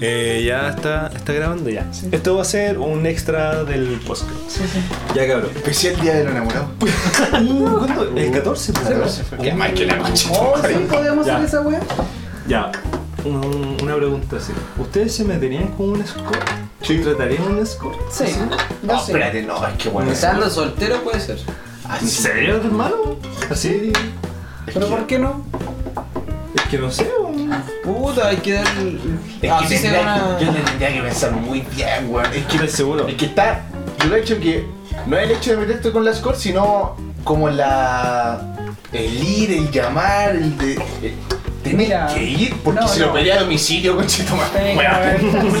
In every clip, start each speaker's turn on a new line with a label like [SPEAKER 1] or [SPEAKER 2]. [SPEAKER 1] Eh, ya está, está grabando ya. Esto va a ser un extra del podcast. Ya cabrón.
[SPEAKER 2] Especial día de los enamorados.
[SPEAKER 1] ¿Cuándo? El 14, pues.
[SPEAKER 2] 14 fue.
[SPEAKER 1] Ya.
[SPEAKER 2] mal que la concha.
[SPEAKER 3] Oh, sí, podemos
[SPEAKER 1] Ya.
[SPEAKER 3] hacer esa weá.
[SPEAKER 1] Ya. Un- una pregunta así. ¿Ustedes se meterían con un escort?
[SPEAKER 2] Sí.
[SPEAKER 1] ¿Tratarían un escort?
[SPEAKER 3] Sí, yo
[SPEAKER 2] No,
[SPEAKER 3] sí.
[SPEAKER 2] espérate, no, es que bueno. ah,
[SPEAKER 4] Estando soltero puede ser.
[SPEAKER 1] ¿En serio, hermano? ¿Así?
[SPEAKER 3] Pero ¿por qué no?
[SPEAKER 1] Es que no sé. weón.
[SPEAKER 4] Puta, hay que dar.
[SPEAKER 3] Ah,
[SPEAKER 2] Es que
[SPEAKER 4] Así se
[SPEAKER 2] tendría-
[SPEAKER 4] van a.
[SPEAKER 2] Yo le tendría que pensar muy bien, weón. Es
[SPEAKER 1] ¿Quieres seguro?
[SPEAKER 2] que, es que está. Yo lo he hecho que. No es el hecho de meterte con la score, sino como la. El ir, el llamar, el de. eh, Tenés
[SPEAKER 3] Mira,
[SPEAKER 2] que ir porque
[SPEAKER 3] no,
[SPEAKER 2] si lo
[SPEAKER 3] no.
[SPEAKER 2] pedía a domicilio, conchito más.
[SPEAKER 3] Tenés que haber-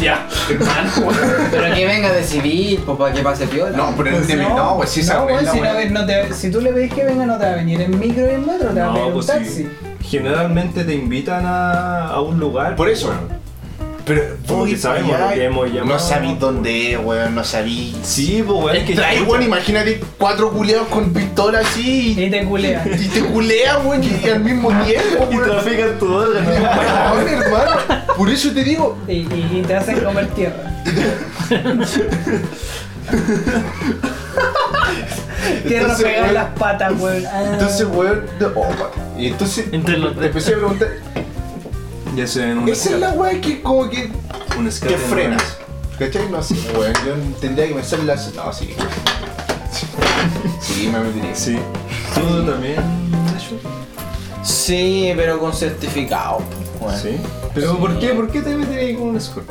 [SPEAKER 2] ya, hermano, weón.
[SPEAKER 4] Pero que venga de civil, pues para que pase piola.
[SPEAKER 2] No, pero no, no, weón, si esa
[SPEAKER 3] Pues
[SPEAKER 2] weá
[SPEAKER 3] no,
[SPEAKER 2] es
[SPEAKER 3] weón,
[SPEAKER 2] la
[SPEAKER 3] si,
[SPEAKER 2] weá.
[SPEAKER 3] no ve- no te- si tú le pedís que venga, no te va a venir en micro y en metro, te va a venir en
[SPEAKER 1] pues sí.
[SPEAKER 3] taxi.
[SPEAKER 1] Generalmente te invitan a, a un lugar.
[SPEAKER 2] Por eso. Pero
[SPEAKER 1] Como que
[SPEAKER 2] voy para
[SPEAKER 1] sabemos lo
[SPEAKER 2] allá,
[SPEAKER 1] que hemos llamado.
[SPEAKER 2] No sabéis dónde es, weón, no sabéis.
[SPEAKER 1] Sí, pues, weón, es que.
[SPEAKER 2] Trae, weón, imagínate cuatro culeados con pistola así y,
[SPEAKER 3] Y te culean.
[SPEAKER 2] y te culean, weón, y al mismo tiempo,
[SPEAKER 1] Y
[SPEAKER 2] weón.
[SPEAKER 1] trafican tu dólar.
[SPEAKER 2] Weón, hermano, por eso te digo.
[SPEAKER 3] Y, y- y te hacen comer tierra. tierra
[SPEAKER 2] Entonces,
[SPEAKER 3] pegada
[SPEAKER 2] weón,
[SPEAKER 3] en las patas, weón. Ah.
[SPEAKER 2] Entonces, weón, no, oh, weón. y entonces
[SPEAKER 1] Entre los
[SPEAKER 2] te empecé a preguntar,
[SPEAKER 1] Ya se ven un
[SPEAKER 2] esa es la weá que como que
[SPEAKER 1] un
[SPEAKER 2] te
[SPEAKER 1] escape en
[SPEAKER 2] frenas. ¿Cachai? No sé, weón, yo tendría que pensar las... No, sí. Sí, me metería.
[SPEAKER 1] una- Sí. ¿Tú también, Nacho?
[SPEAKER 4] Sí, pero con certificado. pues, Bueno.
[SPEAKER 1] Sí. ¿Pero
[SPEAKER 4] Sí.
[SPEAKER 1] por qué? ¿Por qué te meterías con un escort?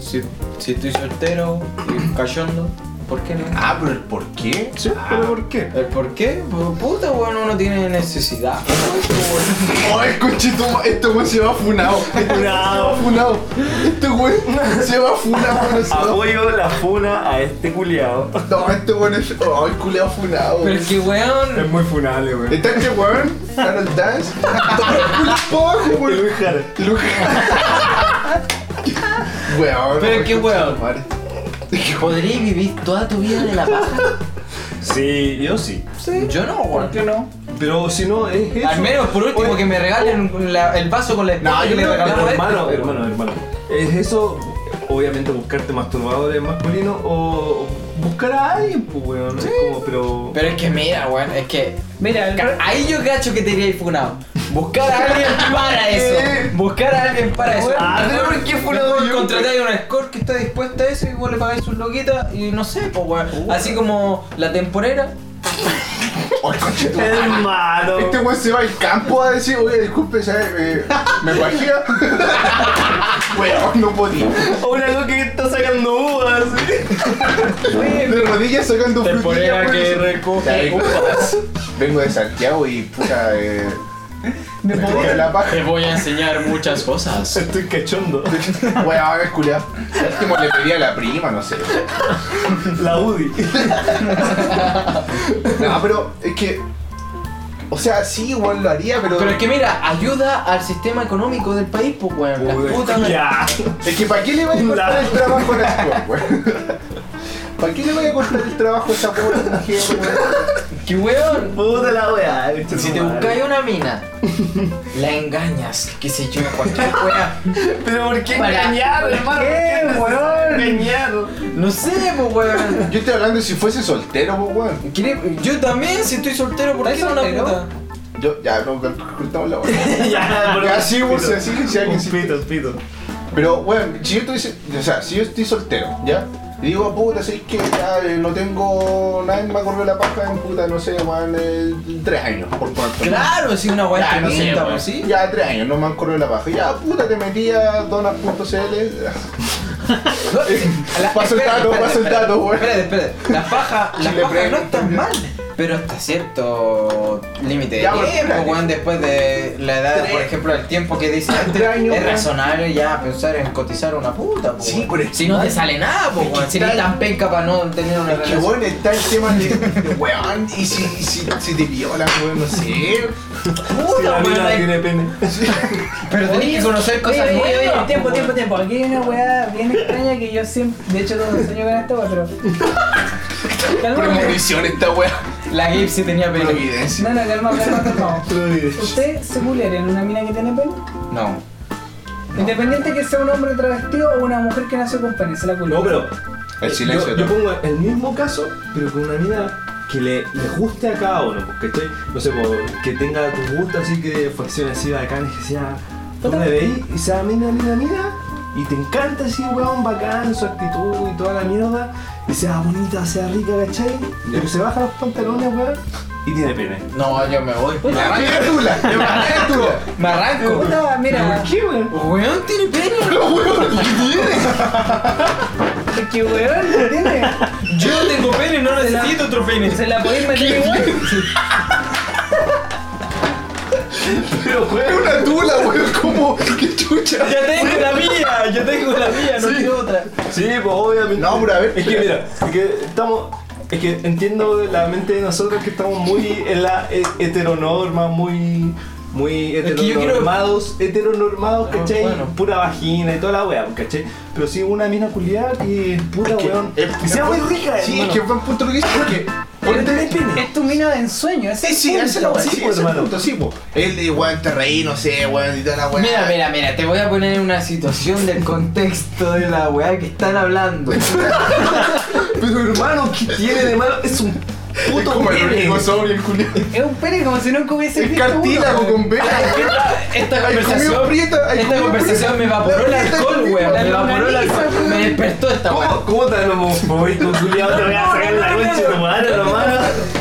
[SPEAKER 4] Si, si estoy soltero y cachondo, ¿por qué no?
[SPEAKER 2] Ah, pero el por qué? Ah,
[SPEAKER 1] Sí, ¿pero por qué?
[SPEAKER 4] ¿El por qué? Pues, puta, weón, uno tiene necesidad.
[SPEAKER 2] Oh, el conchito, este weón se va funado. Este weón se va funado. Este weón se va funado. no
[SPEAKER 4] Ah,
[SPEAKER 2] se va-
[SPEAKER 1] Apoyo la funa a este culiado.
[SPEAKER 2] No, este weón es. Oh, el culeado funado.
[SPEAKER 4] Pero es que weón.
[SPEAKER 1] Es muy funable, weón.
[SPEAKER 2] Está este weón, Arnold Dance. Todo el culo pa' abajo, weón. Luca. Weón.
[SPEAKER 4] Pero
[SPEAKER 2] conchito
[SPEAKER 4] qué weón.
[SPEAKER 2] madre.
[SPEAKER 4] ¿Podrías vivir toda tu vida de la paja?
[SPEAKER 1] Sí, yo sí.
[SPEAKER 3] Sí.
[SPEAKER 4] Yo no,
[SPEAKER 3] ¿Por
[SPEAKER 4] weón.
[SPEAKER 3] qué no?
[SPEAKER 1] Pero si no, es eso.
[SPEAKER 4] Al menos por último que me regalen la- el vaso con la
[SPEAKER 2] No, yo
[SPEAKER 4] que le
[SPEAKER 2] creo que
[SPEAKER 4] regalaron a
[SPEAKER 1] hermano,
[SPEAKER 4] este,
[SPEAKER 1] hermano, hermano. ¿Es eso? Obviamente buscarte masturbadores masculinos o buscar a alguien, pues, weón. Es como, pero...
[SPEAKER 4] Pero es que mira, weón, es que.
[SPEAKER 3] Mira, el-
[SPEAKER 4] ca- Ahí yo cacho que te iría funado. Buscar a alguien para eso. Buscar a alguien para eso.
[SPEAKER 2] Ah, pero
[SPEAKER 4] Mejor-
[SPEAKER 2] ¿por qué funado
[SPEAKER 4] mejor
[SPEAKER 2] yo?
[SPEAKER 4] Contratáis a una escort que está dispuesta a eso y vos le pagáis sus loquitas y no sé, pues weón.
[SPEAKER 3] Uh.
[SPEAKER 4] Así como la temporera.
[SPEAKER 2] Oh, el conchito.
[SPEAKER 1] Hermano.
[SPEAKER 2] Este weón se va al campo a decir, oye, disculpe, ¿sabes? Eh, me bajía. Weón, no podía.
[SPEAKER 1] Una loca que está sacando uvas.
[SPEAKER 2] De rodillas sacando
[SPEAKER 4] Temporera
[SPEAKER 2] frutillas.
[SPEAKER 4] que
[SPEAKER 2] weón.
[SPEAKER 4] recoge
[SPEAKER 2] Vengo de Santiago y puta. Eh, me voy a la paja.
[SPEAKER 4] voy a enseñar muchas cosas.
[SPEAKER 1] Estoy cachondo.
[SPEAKER 2] Voy a ver, culiao. Es que le pedí a la prima, no sé.
[SPEAKER 1] La UDI.
[SPEAKER 2] No, pero es que. O sea, sí, igual lo haría, pero.
[SPEAKER 4] Pero es que mira, ayuda al sistema económico del país, pues weón. La puta madre.
[SPEAKER 1] Ya.
[SPEAKER 2] Es que ¿para qué le vaya a cortar
[SPEAKER 1] La-
[SPEAKER 2] el trabajo a la escuela, weón? ¿Para qué le vaya a cortar el trabajo a esa pobre mujer, weón?
[SPEAKER 4] Que weón.
[SPEAKER 1] Puta la weá.
[SPEAKER 4] Si te buscáis una mina, la engañas, qué sé yo, cualquier weá.
[SPEAKER 1] Pero ¿por qué
[SPEAKER 4] Para-
[SPEAKER 1] engañar, hermano? ¿Qué, weón? Engañar.
[SPEAKER 4] No sé, pues weón.
[SPEAKER 2] Yo estoy hablando de si fuese soltero, pues, weón.
[SPEAKER 4] ¿Quiere- Yo también, si estoy soltero, ¿por qué
[SPEAKER 3] ¿Estás
[SPEAKER 4] no una
[SPEAKER 3] soltero?
[SPEAKER 4] puta?
[SPEAKER 2] Yo, ya, no, cortamos la weón.
[SPEAKER 1] Ya,
[SPEAKER 2] Ya, sí, weón,
[SPEAKER 1] Pito.
[SPEAKER 2] sí, sí, sí, alguien sí.
[SPEAKER 1] Un Pito, un pito.
[SPEAKER 2] Pero, weón, si yo estuviese. O sea, si yo estoy soltero, ¿ya? Y digo, puta, ¿sabes que ya eh, no tengo. Nadie me ha corrido la paja en puta, no sé, weón, eh, tres años, por cuánto.
[SPEAKER 4] Claro, si una weá
[SPEAKER 2] Ya, no sé,
[SPEAKER 4] tremenda,
[SPEAKER 2] weón.
[SPEAKER 4] pues sí.
[SPEAKER 2] Ya, tres años, no me han corrido la paja. Ya, puta, te metí a donas.cl.
[SPEAKER 4] La-
[SPEAKER 2] Paso el
[SPEAKER 4] espera,
[SPEAKER 2] dato,
[SPEAKER 4] espera,
[SPEAKER 2] paso el
[SPEAKER 4] espera,
[SPEAKER 2] dato, weón.
[SPEAKER 4] Espérate, espérate. La paja, la
[SPEAKER 2] Chile
[SPEAKER 4] paja no
[SPEAKER 2] premium.
[SPEAKER 4] están mal. Pero hasta cierto límite de
[SPEAKER 2] Ya, pero
[SPEAKER 4] tiempo,
[SPEAKER 2] espérate.
[SPEAKER 4] weón, después de la edad,
[SPEAKER 2] Tres.
[SPEAKER 4] por ejemplo, el tiempo que dice antes,
[SPEAKER 2] Tres años,
[SPEAKER 4] es
[SPEAKER 2] weón.
[SPEAKER 4] razonable ya pensar en cotizar una puta, po,
[SPEAKER 2] Sí,
[SPEAKER 4] weón.
[SPEAKER 2] pero es
[SPEAKER 4] Si no te sale nada, po, weón. Si eres
[SPEAKER 2] está-
[SPEAKER 4] tan penca para no tener una
[SPEAKER 2] Que
[SPEAKER 4] relación.
[SPEAKER 2] bueno, está el tema de, de weón, y si, y si, si te violan, weón, no sé.
[SPEAKER 1] Si
[SPEAKER 4] Puta,
[SPEAKER 1] la
[SPEAKER 4] weón,
[SPEAKER 1] mina
[SPEAKER 4] hay-
[SPEAKER 1] tiene pene.
[SPEAKER 4] Pero tenés que conocer cosas
[SPEAKER 3] Oye, oye, oye,
[SPEAKER 4] nuevas. pues,
[SPEAKER 3] tiempo,
[SPEAKER 4] po,
[SPEAKER 3] tiempo,
[SPEAKER 4] weón.
[SPEAKER 3] tiempo. Aquí hay una weá bien extraña que yo siempre. De hecho, no sueño con esta weá, pero. Calma,
[SPEAKER 2] Premonición esta weón.
[SPEAKER 4] La Gipsy tenía pelo.
[SPEAKER 2] Providencia.
[SPEAKER 3] No, no, calma, calma, calma.
[SPEAKER 1] Tú lo dices.
[SPEAKER 3] ¿Usted se culearía en una mina que tiene pelo?
[SPEAKER 4] No.
[SPEAKER 3] Independiente que sea un hombre travestido o una mujer que nació con pene, se la culpa.
[SPEAKER 1] No, pero.
[SPEAKER 2] El
[SPEAKER 1] eh,
[SPEAKER 2] silencio
[SPEAKER 1] Yo,
[SPEAKER 2] de
[SPEAKER 1] yo
[SPEAKER 2] todo.
[SPEAKER 1] pongo el mismo caso, pero con una mina que le, le guste a cada uno, porque estoy, no sé, po, que tenga tu gusto, así que facciones así bacanas, que sea. Tú me veí y sea mina, mina, mina, y te encanta así, weón, bacán, su actitud y toda la mierda, y sea bonita, sea rica, ¿cachai? Pero se baja los pantalones, weón, y tiene pene.
[SPEAKER 4] No, yo me voy. Me
[SPEAKER 2] ¡La
[SPEAKER 4] arranco.
[SPEAKER 2] médula! ¡La médula!
[SPEAKER 4] Me arranco.
[SPEAKER 3] Puta, mira,
[SPEAKER 1] ¿Por qué, weón?
[SPEAKER 4] Weón tiene pene.
[SPEAKER 2] ¡Pero, weón! ¿Qué tiene?
[SPEAKER 3] es que weón, ¿qué tiene?
[SPEAKER 4] Yo no tengo pene, no necesito otro pene.
[SPEAKER 3] Se la podéis meter igual.
[SPEAKER 1] Pero,
[SPEAKER 2] ¡Es
[SPEAKER 1] weón.
[SPEAKER 2] una tula, weón! ¿Cómo? ¡Qué chucha!
[SPEAKER 4] Yo tengo la mía, yo tengo la mía, no
[SPEAKER 1] Sí.
[SPEAKER 4] quiero otra.
[SPEAKER 1] Sí, pues obviamente.
[SPEAKER 2] No, pero a ver,
[SPEAKER 1] Es que mira, es que estamos. Es que entiendo la mente de nosotros que estamos muy en la he- heteronorma, muy. Muy
[SPEAKER 4] Es que yo quiero-
[SPEAKER 1] heteronormados, heteronormados,
[SPEAKER 4] Ah,
[SPEAKER 1] ¿cachai?
[SPEAKER 4] bueno.
[SPEAKER 1] Pura vagina y toda la wea, ¿cachai? Pero sí, una mina culiada y puta
[SPEAKER 2] que-
[SPEAKER 1] weón.
[SPEAKER 2] eh,
[SPEAKER 1] Que sea muy rica,
[SPEAKER 2] Sí, es
[SPEAKER 1] hermano.
[SPEAKER 2] que buen punto lo que dice, porque...
[SPEAKER 1] Porque tiene pene.
[SPEAKER 3] Es tu mina de ensueño, ese
[SPEAKER 2] Sí, sí,
[SPEAKER 3] es el
[SPEAKER 2] ese es la
[SPEAKER 3] punto.
[SPEAKER 2] weón,
[SPEAKER 1] Sí,
[SPEAKER 2] sí, ese es el
[SPEAKER 1] hermano.
[SPEAKER 2] punto, sí, po. El de weón te reí, no sé, weón, y toda la weón.
[SPEAKER 4] Mira, mira, mira, te voy a poner en una situación del contexto de la weá que están hablando.
[SPEAKER 2] Pero hermano,
[SPEAKER 1] ¿Qué tiene de malo? Es un
[SPEAKER 2] es
[SPEAKER 1] puto
[SPEAKER 2] como el
[SPEAKER 1] pene.
[SPEAKER 2] único sobre el culiao.
[SPEAKER 3] Es un pene como si nunca hubiese
[SPEAKER 2] Es
[SPEAKER 3] visto uno.
[SPEAKER 2] cartílago con vela.
[SPEAKER 4] Esta, esta
[SPEAKER 2] Ay, comió
[SPEAKER 4] conversación,
[SPEAKER 2] prieta, ay,
[SPEAKER 4] esta
[SPEAKER 2] comió
[SPEAKER 4] conversación me
[SPEAKER 2] prieta.
[SPEAKER 4] evaporó el
[SPEAKER 2] La prieta
[SPEAKER 4] alcohol,
[SPEAKER 2] comió
[SPEAKER 4] weón. Me
[SPEAKER 3] prieta.
[SPEAKER 4] evaporó el alcohol, me despertó esta weá.
[SPEAKER 1] ¿Cómo, ¿Cómo tan homofóbico, culiado? Te voy a sacar la concha de tu madre, hermano.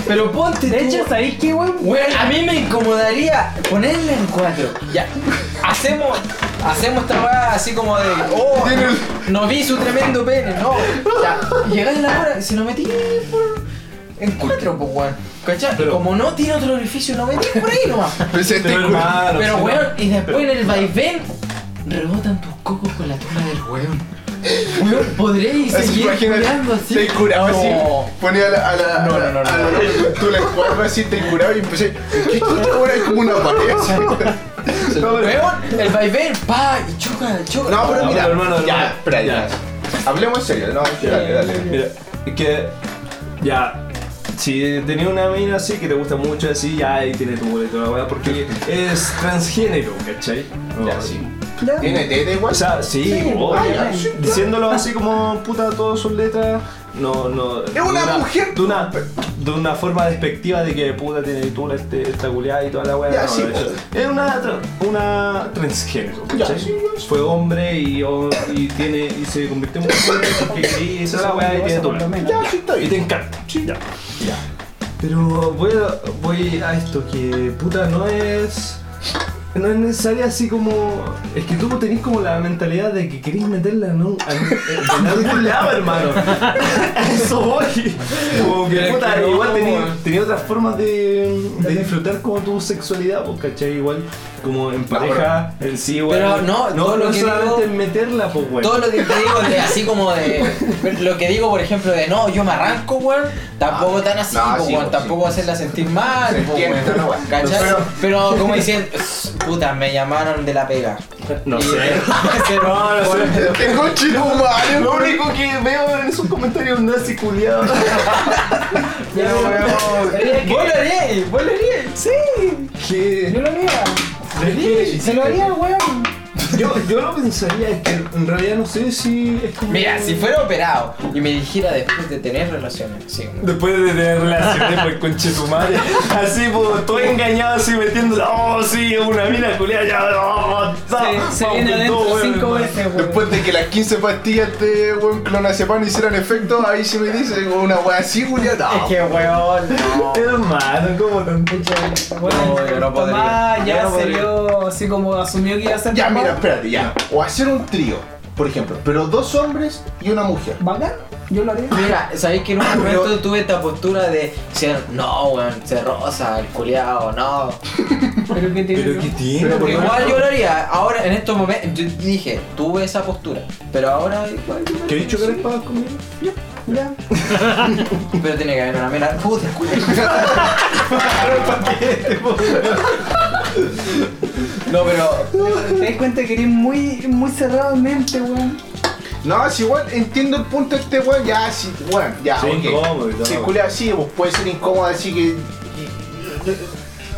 [SPEAKER 4] Pero ponte
[SPEAKER 3] De hecho,
[SPEAKER 4] tú.
[SPEAKER 3] ¿sabéis qué, weón?
[SPEAKER 4] Weón, a mí me incomodaría ponerla en cuatro. Ya. Hacemos. Hacemos esta weá así como de. Oh,
[SPEAKER 2] Tiene el-
[SPEAKER 4] no vi su tremendo pene, no. Ya. Llegáis a la hora, se lo metí por. En cuatro, pues weón. ¿Cachai?
[SPEAKER 1] Pero-
[SPEAKER 4] Como no tiene otro orificio, lo metí por ahí nomás.
[SPEAKER 2] Presente
[SPEAKER 1] Pero
[SPEAKER 2] culo.
[SPEAKER 1] hermano,
[SPEAKER 4] Pero
[SPEAKER 1] sí,
[SPEAKER 4] weón, y después
[SPEAKER 1] Pero-
[SPEAKER 4] en el vaivén rebotan tus cocos con la toma del weón. Weón, podréis
[SPEAKER 2] Así,
[SPEAKER 4] seguir
[SPEAKER 2] imagínate,
[SPEAKER 4] cuidando así.
[SPEAKER 2] te curaba así,
[SPEAKER 4] No.
[SPEAKER 2] ponía a la, a la,
[SPEAKER 4] No, no, no,
[SPEAKER 2] a la-
[SPEAKER 4] no.
[SPEAKER 2] tú la encuadras así, te curaba y empecé, ¿qué chucha, weón? Es como una pared así. No, pero-
[SPEAKER 4] Weón, el vaivén, pa, y choca, choca.
[SPEAKER 2] No, pero
[SPEAKER 1] No,
[SPEAKER 2] mira,
[SPEAKER 1] pero hermano,
[SPEAKER 2] ya,
[SPEAKER 1] hermano,
[SPEAKER 2] espera, ya. Hablemos en serio, no, dale, dale.
[SPEAKER 1] Mira, es que ya, si tenés una mina así que te gusta mucho, así ya ahí tiene tu boleto, la weá, porque es transgénero, ¿cachai? Oh,
[SPEAKER 2] Ya, sí.
[SPEAKER 3] Ya.
[SPEAKER 2] ¿Tiene teta igual?
[SPEAKER 1] O sea, sí,
[SPEAKER 3] Sí,
[SPEAKER 1] obvio.
[SPEAKER 2] ah, ya, sí, claro.
[SPEAKER 1] Diciéndolo así como puta todas sus letras, no, no.
[SPEAKER 2] Es una mujer.
[SPEAKER 1] De una, de una forma despectiva de que puta tiene tula este, esta culiada y toda la weá.
[SPEAKER 2] Ya,
[SPEAKER 1] no,
[SPEAKER 2] sí,
[SPEAKER 1] de
[SPEAKER 2] pues.
[SPEAKER 1] hecho, es una, tra- una transgénero,
[SPEAKER 2] Ya,
[SPEAKER 1] ¿cachai?
[SPEAKER 2] sí, ya, sí.
[SPEAKER 1] Fue hombre y, o- y tiene, y se convirtió en mujer porque quería y toda la weá y tiene
[SPEAKER 3] Por lo
[SPEAKER 1] tula.
[SPEAKER 3] menos.
[SPEAKER 2] ya, sí, está
[SPEAKER 1] Y te
[SPEAKER 2] bien.
[SPEAKER 1] encanta. Este- Ya. Pero voy a, voy a esto, que puta no es. No es necesario así como. Es que tú tenés como la mentalidad de que querés meterla en, un, en, en algún lado, hermano. A Eso voy. Como que
[SPEAKER 4] Pero
[SPEAKER 1] puta,
[SPEAKER 4] es que no,
[SPEAKER 1] igual tenés,
[SPEAKER 4] weón.
[SPEAKER 1] tenés otras formas de, de disfrutar como tu sexualidad, pues, ¿cachai? Igual como en pareja, en sí, igual.
[SPEAKER 4] Pero no,
[SPEAKER 1] no,
[SPEAKER 4] todo lo
[SPEAKER 1] no
[SPEAKER 4] que
[SPEAKER 1] solamente
[SPEAKER 4] digo-
[SPEAKER 1] meterla, pues, weón.
[SPEAKER 4] Todo lo que te digo de así como de. Lo que digo, por ejemplo, de no, yo me arranco, weón. Tampoco tan así,
[SPEAKER 2] Ah, no,
[SPEAKER 4] po,
[SPEAKER 2] sí,
[SPEAKER 4] weón.
[SPEAKER 2] po,
[SPEAKER 4] Tampoco hacerla sentir mal,
[SPEAKER 2] Se
[SPEAKER 4] po,
[SPEAKER 2] entiende,
[SPEAKER 4] weón.
[SPEAKER 2] no, weón.
[SPEAKER 4] ¿Cachai? Pero,
[SPEAKER 2] Pero-
[SPEAKER 4] como diciendo, puta, me llamaron de la pega.
[SPEAKER 1] No
[SPEAKER 4] Y-
[SPEAKER 1] sé. No, no sé.
[SPEAKER 2] ¡Qué coche tu madre,
[SPEAKER 1] Lo
[SPEAKER 2] weón!
[SPEAKER 1] único que veo en esos comentarios nazi culiado.
[SPEAKER 4] Ya, weón. ¿Vos lo haríais? ¿Vos lo haríais?
[SPEAKER 3] Sí, yo
[SPEAKER 1] que,
[SPEAKER 3] lo haría.
[SPEAKER 1] es que
[SPEAKER 3] Se lo haría, weón.
[SPEAKER 1] yo, yo lo pensaría, es que en realidad no sé si es como.
[SPEAKER 4] Mira, si fuera operado y me dijera después de tener relaciones, sí.
[SPEAKER 1] Después de tener relaciones pues conche tu madre, así pues todo engañado así metiéndola, oh sí, una mina culiada ya, oh,
[SPEAKER 3] Se, se viene adentro cinco veces, weón.
[SPEAKER 2] Después de que las 15 pastillas de weón clonazepam hicieran efecto, ahí sí me dice una weá así, Julia, no.
[SPEAKER 4] weón, no.
[SPEAKER 1] Hermano, ¿cómo tan
[SPEAKER 3] Pucha,
[SPEAKER 4] No, yo no
[SPEAKER 3] Bueno,
[SPEAKER 4] podría.
[SPEAKER 3] Tomás
[SPEAKER 4] Yo
[SPEAKER 3] ya
[SPEAKER 4] no
[SPEAKER 3] se
[SPEAKER 4] podría.
[SPEAKER 3] vio así como asumió que iba a ser
[SPEAKER 2] Ya,
[SPEAKER 3] Tomás.
[SPEAKER 2] mira, espérate, ya. O hacer un trío, por ejemplo, pero dos hombres y una mujer.
[SPEAKER 3] Bacán, yo lo haría.
[SPEAKER 4] Mira, sabéis que en un
[SPEAKER 2] Pero-
[SPEAKER 4] momento tuve esta postura de ser, no, weón, ser rosa, el culiao, no.
[SPEAKER 3] Pero que te
[SPEAKER 1] Pero qué tiene,
[SPEAKER 2] Pero
[SPEAKER 1] por
[SPEAKER 4] Porque
[SPEAKER 1] lo
[SPEAKER 4] igual
[SPEAKER 1] menos-
[SPEAKER 4] yo lo haría, ahora en estos momentos, yo dije, tuve esa postura, pero ahora igual. yo lo
[SPEAKER 1] ¿Queréis chocar
[SPEAKER 4] haría.
[SPEAKER 1] espadas conmigo?
[SPEAKER 3] Ya.
[SPEAKER 4] Pero tiene que haber una mera. Puta, culiao. No, pero.
[SPEAKER 3] Te das cuenta que eres muy, muy cerrado en mente, weón.
[SPEAKER 2] No, si igual entiendo el punto de este weón, ya, si, weón, ya,
[SPEAKER 1] Sí,
[SPEAKER 2] ok.
[SPEAKER 1] incómodo y todo.
[SPEAKER 2] Si culia así, pues puede ser incómodo, así que.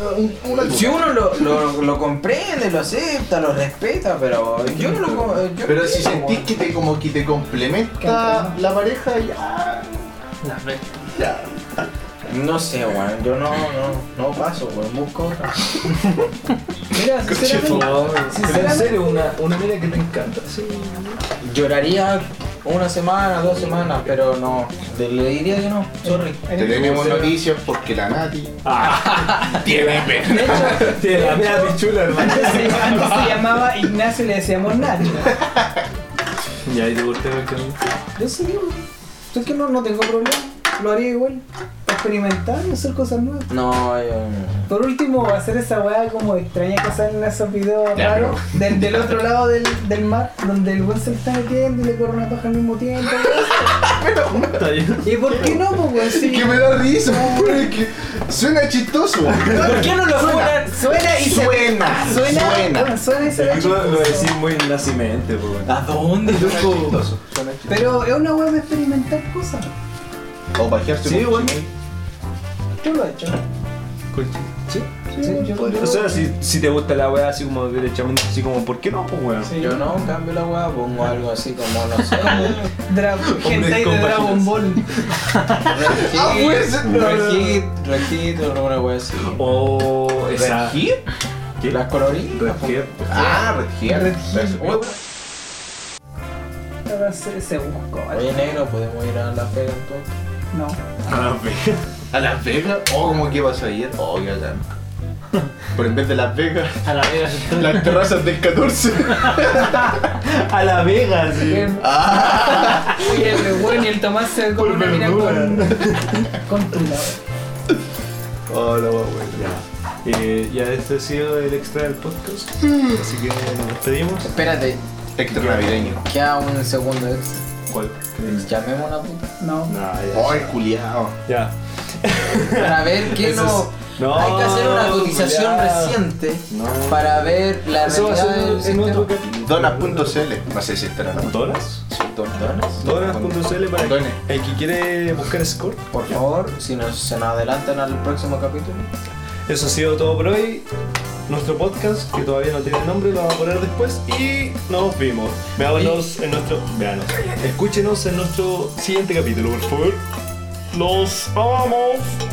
[SPEAKER 2] un- una altura.
[SPEAKER 4] Si uno lo, lo, lo comprende, lo acepta, lo respeta, pero yo no lo. co- Yo
[SPEAKER 2] Pero si
[SPEAKER 4] no,
[SPEAKER 2] sentís
[SPEAKER 4] weón.
[SPEAKER 2] que te como que te complementa la pareja, ya. Ya.
[SPEAKER 4] No sé, weón. Yo no, no, no paso, weón. Busco otra.
[SPEAKER 3] Mira, sinceramente.
[SPEAKER 1] Pero en serio, una, una mina que te encanta, sí.
[SPEAKER 4] Lloraría una semana, dos semanas, pero no. Te- Le diría que no. Sorry.
[SPEAKER 2] Te tenemos noticias porque la Nati
[SPEAKER 1] Ah,
[SPEAKER 2] tiene pena.
[SPEAKER 3] De hecho,
[SPEAKER 1] tiene la mía pichula, hermano.
[SPEAKER 3] antes se, antes se llamaba Ignacio y le decíamos Nacho.
[SPEAKER 1] Y ahí te volteo el camino.
[SPEAKER 3] Yo sí, güey. Yo es que no, no tengo problema. Lo haría igual. Experimentar y hacer cosas nuevas.
[SPEAKER 4] No, yo.
[SPEAKER 3] Por último, hacer esa weá como extraña que salen en esos videos
[SPEAKER 2] Ya,
[SPEAKER 3] raros del, del otro lado del, del mar, donde el buen se está metiendo y le corre una paja al mismo tiempo.
[SPEAKER 1] Está bien.
[SPEAKER 3] ¿Y por qué no, pues, weón? Sí.
[SPEAKER 2] Que me da risa, pero es que suena chistoso.
[SPEAKER 4] ¿Por qué no lo fueran?
[SPEAKER 3] Suena y se
[SPEAKER 2] Suena,
[SPEAKER 3] Suena, bueno,
[SPEAKER 2] suena.
[SPEAKER 3] suena y se ve
[SPEAKER 1] Lo, lo
[SPEAKER 3] chistoso.
[SPEAKER 1] decís muy nacimente, pues. bueno.
[SPEAKER 4] ¿A dónde,
[SPEAKER 2] Suena
[SPEAKER 4] loco?
[SPEAKER 2] chistoso, suena chistoso.
[SPEAKER 3] Pero es una web de experimentar cosas.
[SPEAKER 2] O bajearse
[SPEAKER 1] Sí,
[SPEAKER 2] con
[SPEAKER 1] bueno.
[SPEAKER 2] chicle.
[SPEAKER 3] Yo lo he hecho.
[SPEAKER 1] Sí.
[SPEAKER 3] Sí, yo- yo-
[SPEAKER 1] O sea, si, si te gusta la weá así como derechamente, así como, ¿por qué no, pues, weón?
[SPEAKER 3] Sí.
[SPEAKER 4] Yo no cambio la weá, pongo algo así como, no sé.
[SPEAKER 3] Dra- Gente de
[SPEAKER 1] con
[SPEAKER 3] Dragon
[SPEAKER 1] vaginas.
[SPEAKER 3] Ball.
[SPEAKER 2] Ah, pues, no, no, no.
[SPEAKER 4] Regit, regit, una weá así.
[SPEAKER 1] O esa.
[SPEAKER 2] ¿Red Hip?
[SPEAKER 1] ¿Qué?
[SPEAKER 4] Las coloridas.
[SPEAKER 1] Red Hip.
[SPEAKER 2] Ah, Red oh, Hip.
[SPEAKER 3] Red
[SPEAKER 2] Red
[SPEAKER 3] Hip.
[SPEAKER 2] Hip.
[SPEAKER 3] Ahora se, se buscó. ¿vale?
[SPEAKER 4] Oye, negro, podemos ir a Las Vegas entonces.
[SPEAKER 3] No.
[SPEAKER 1] Ah, ve.
[SPEAKER 2] ¿A Las Vegas? Oh, ¿cómo que vas a ir? Oh, qué bacán. Pero en vez de Las Vegas,
[SPEAKER 5] A la vega.
[SPEAKER 2] las terrazas del 14.
[SPEAKER 1] A la Vega, sí.
[SPEAKER 3] Bien.
[SPEAKER 2] Ah,
[SPEAKER 3] Oye, el weón y el Tomás se ve como
[SPEAKER 2] Por
[SPEAKER 3] una mina
[SPEAKER 2] verdura.
[SPEAKER 3] con. con tula.
[SPEAKER 2] oh, la más buena.
[SPEAKER 1] Ya. Eh, ya este ha sido el extra del podcast.
[SPEAKER 4] Mm.
[SPEAKER 1] Así que nos despedimos.
[SPEAKER 4] Espérate,
[SPEAKER 2] Extra navideño.
[SPEAKER 4] queda un segundo extra.
[SPEAKER 1] ¿Cuál?
[SPEAKER 4] Llamemos a la puta.
[SPEAKER 3] No.
[SPEAKER 1] No, ya.
[SPEAKER 2] Ay, culiao.
[SPEAKER 1] Ya.
[SPEAKER 4] Para ver qué
[SPEAKER 1] Eso
[SPEAKER 4] no.
[SPEAKER 1] es- No,
[SPEAKER 4] Hay que hacer una cotización
[SPEAKER 1] ya.
[SPEAKER 4] reciente
[SPEAKER 1] No.
[SPEAKER 4] para ver la
[SPEAKER 1] Eso va a
[SPEAKER 4] realidad
[SPEAKER 1] ser
[SPEAKER 4] del
[SPEAKER 1] en
[SPEAKER 4] sistema.
[SPEAKER 1] otro capítulo.
[SPEAKER 2] Donas.cl. No sé si estará la
[SPEAKER 1] ¿Donas?
[SPEAKER 2] Donas.
[SPEAKER 1] Donas.cl para
[SPEAKER 2] Dones.
[SPEAKER 1] el que quiere buscar score.
[SPEAKER 4] Por favor, si nos, se nos adelantan al próximo capítulo.
[SPEAKER 1] Eso ha sido todo por hoy. Nuestro podcast, que todavía no tiene nombre, lo vamos a poner después. Y nos vimos. Veámonos en nuestro. Veanos. Escúchenos en nuestro siguiente capítulo, por favor. Los amamos.